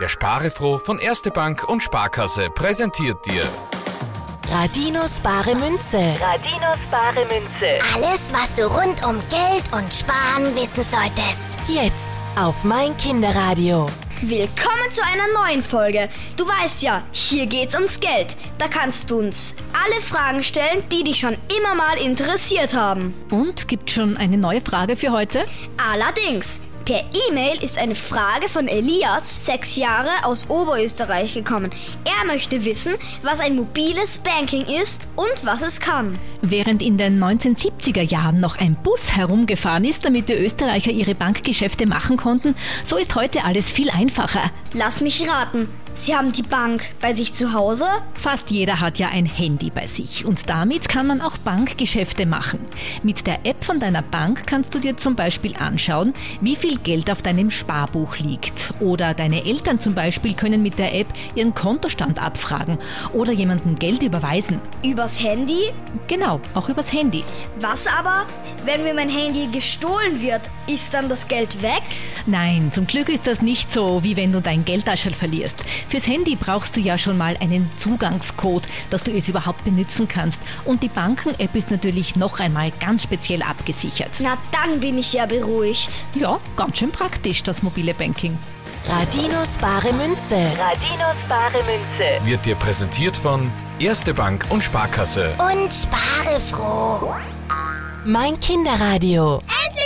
Der Sparefroh von Erste Bank und Sparkasse präsentiert dir Radinos bare Münze. Radinos bare Münze. Alles, was du rund um Geld und Sparen wissen solltest. Jetzt auf mein Kinderradio. Willkommen zu einer neuen Folge. Du weißt ja, hier geht's ums Geld. Da kannst du uns alle Fragen stellen, die dich schon immer mal interessiert haben. Und gibt schon eine neue Frage für heute? Allerdings, per E-Mail ist eine Frage von Elias, sechs Jahre aus Oberösterreich gekommen. Er möchte wissen, was ein mobiles Banking ist und was es kann. Während in den 1970er Jahren noch ein Bus herumgefahren ist, damit die Österreicher ihre Bankgeschäfte machen konnten, so ist heute alles viel einfacher. Lass mich raten. Sie haben die Bank bei sich zu Hause? Fast jeder hat ja ein Handy bei sich und damit kann man auch Bankgeschäfte machen. Mit der App von deiner Bank kannst du dir zum Beispiel anschauen, wie viel Geld auf deinem Sparbuch liegt. Oder deine Eltern zum Beispiel können mit der App ihren Kontostand abfragen oder jemandem Geld überweisen. Übers Handy? Genau, auch übers Handy. Was aber, wenn mir mein Handy gestohlen wird? Ist dann das Geld weg? Nein, zum Glück ist das nicht so, wie wenn du dein Geldtaschel verlierst. Fürs Handy brauchst du ja schon mal einen Zugangscode, dass du es überhaupt benutzen kannst. Und die Banken-App ist natürlich noch einmal ganz speziell abgesichert. Na, dann bin ich ja beruhigt. Ja, ganz schön praktisch, das mobile Banking. Radinos bare Münze. Radinos bare Münze. wird dir präsentiert von Erste Bank und Sparkasse. Und spare froh. Mein Kinderradio. Endlich!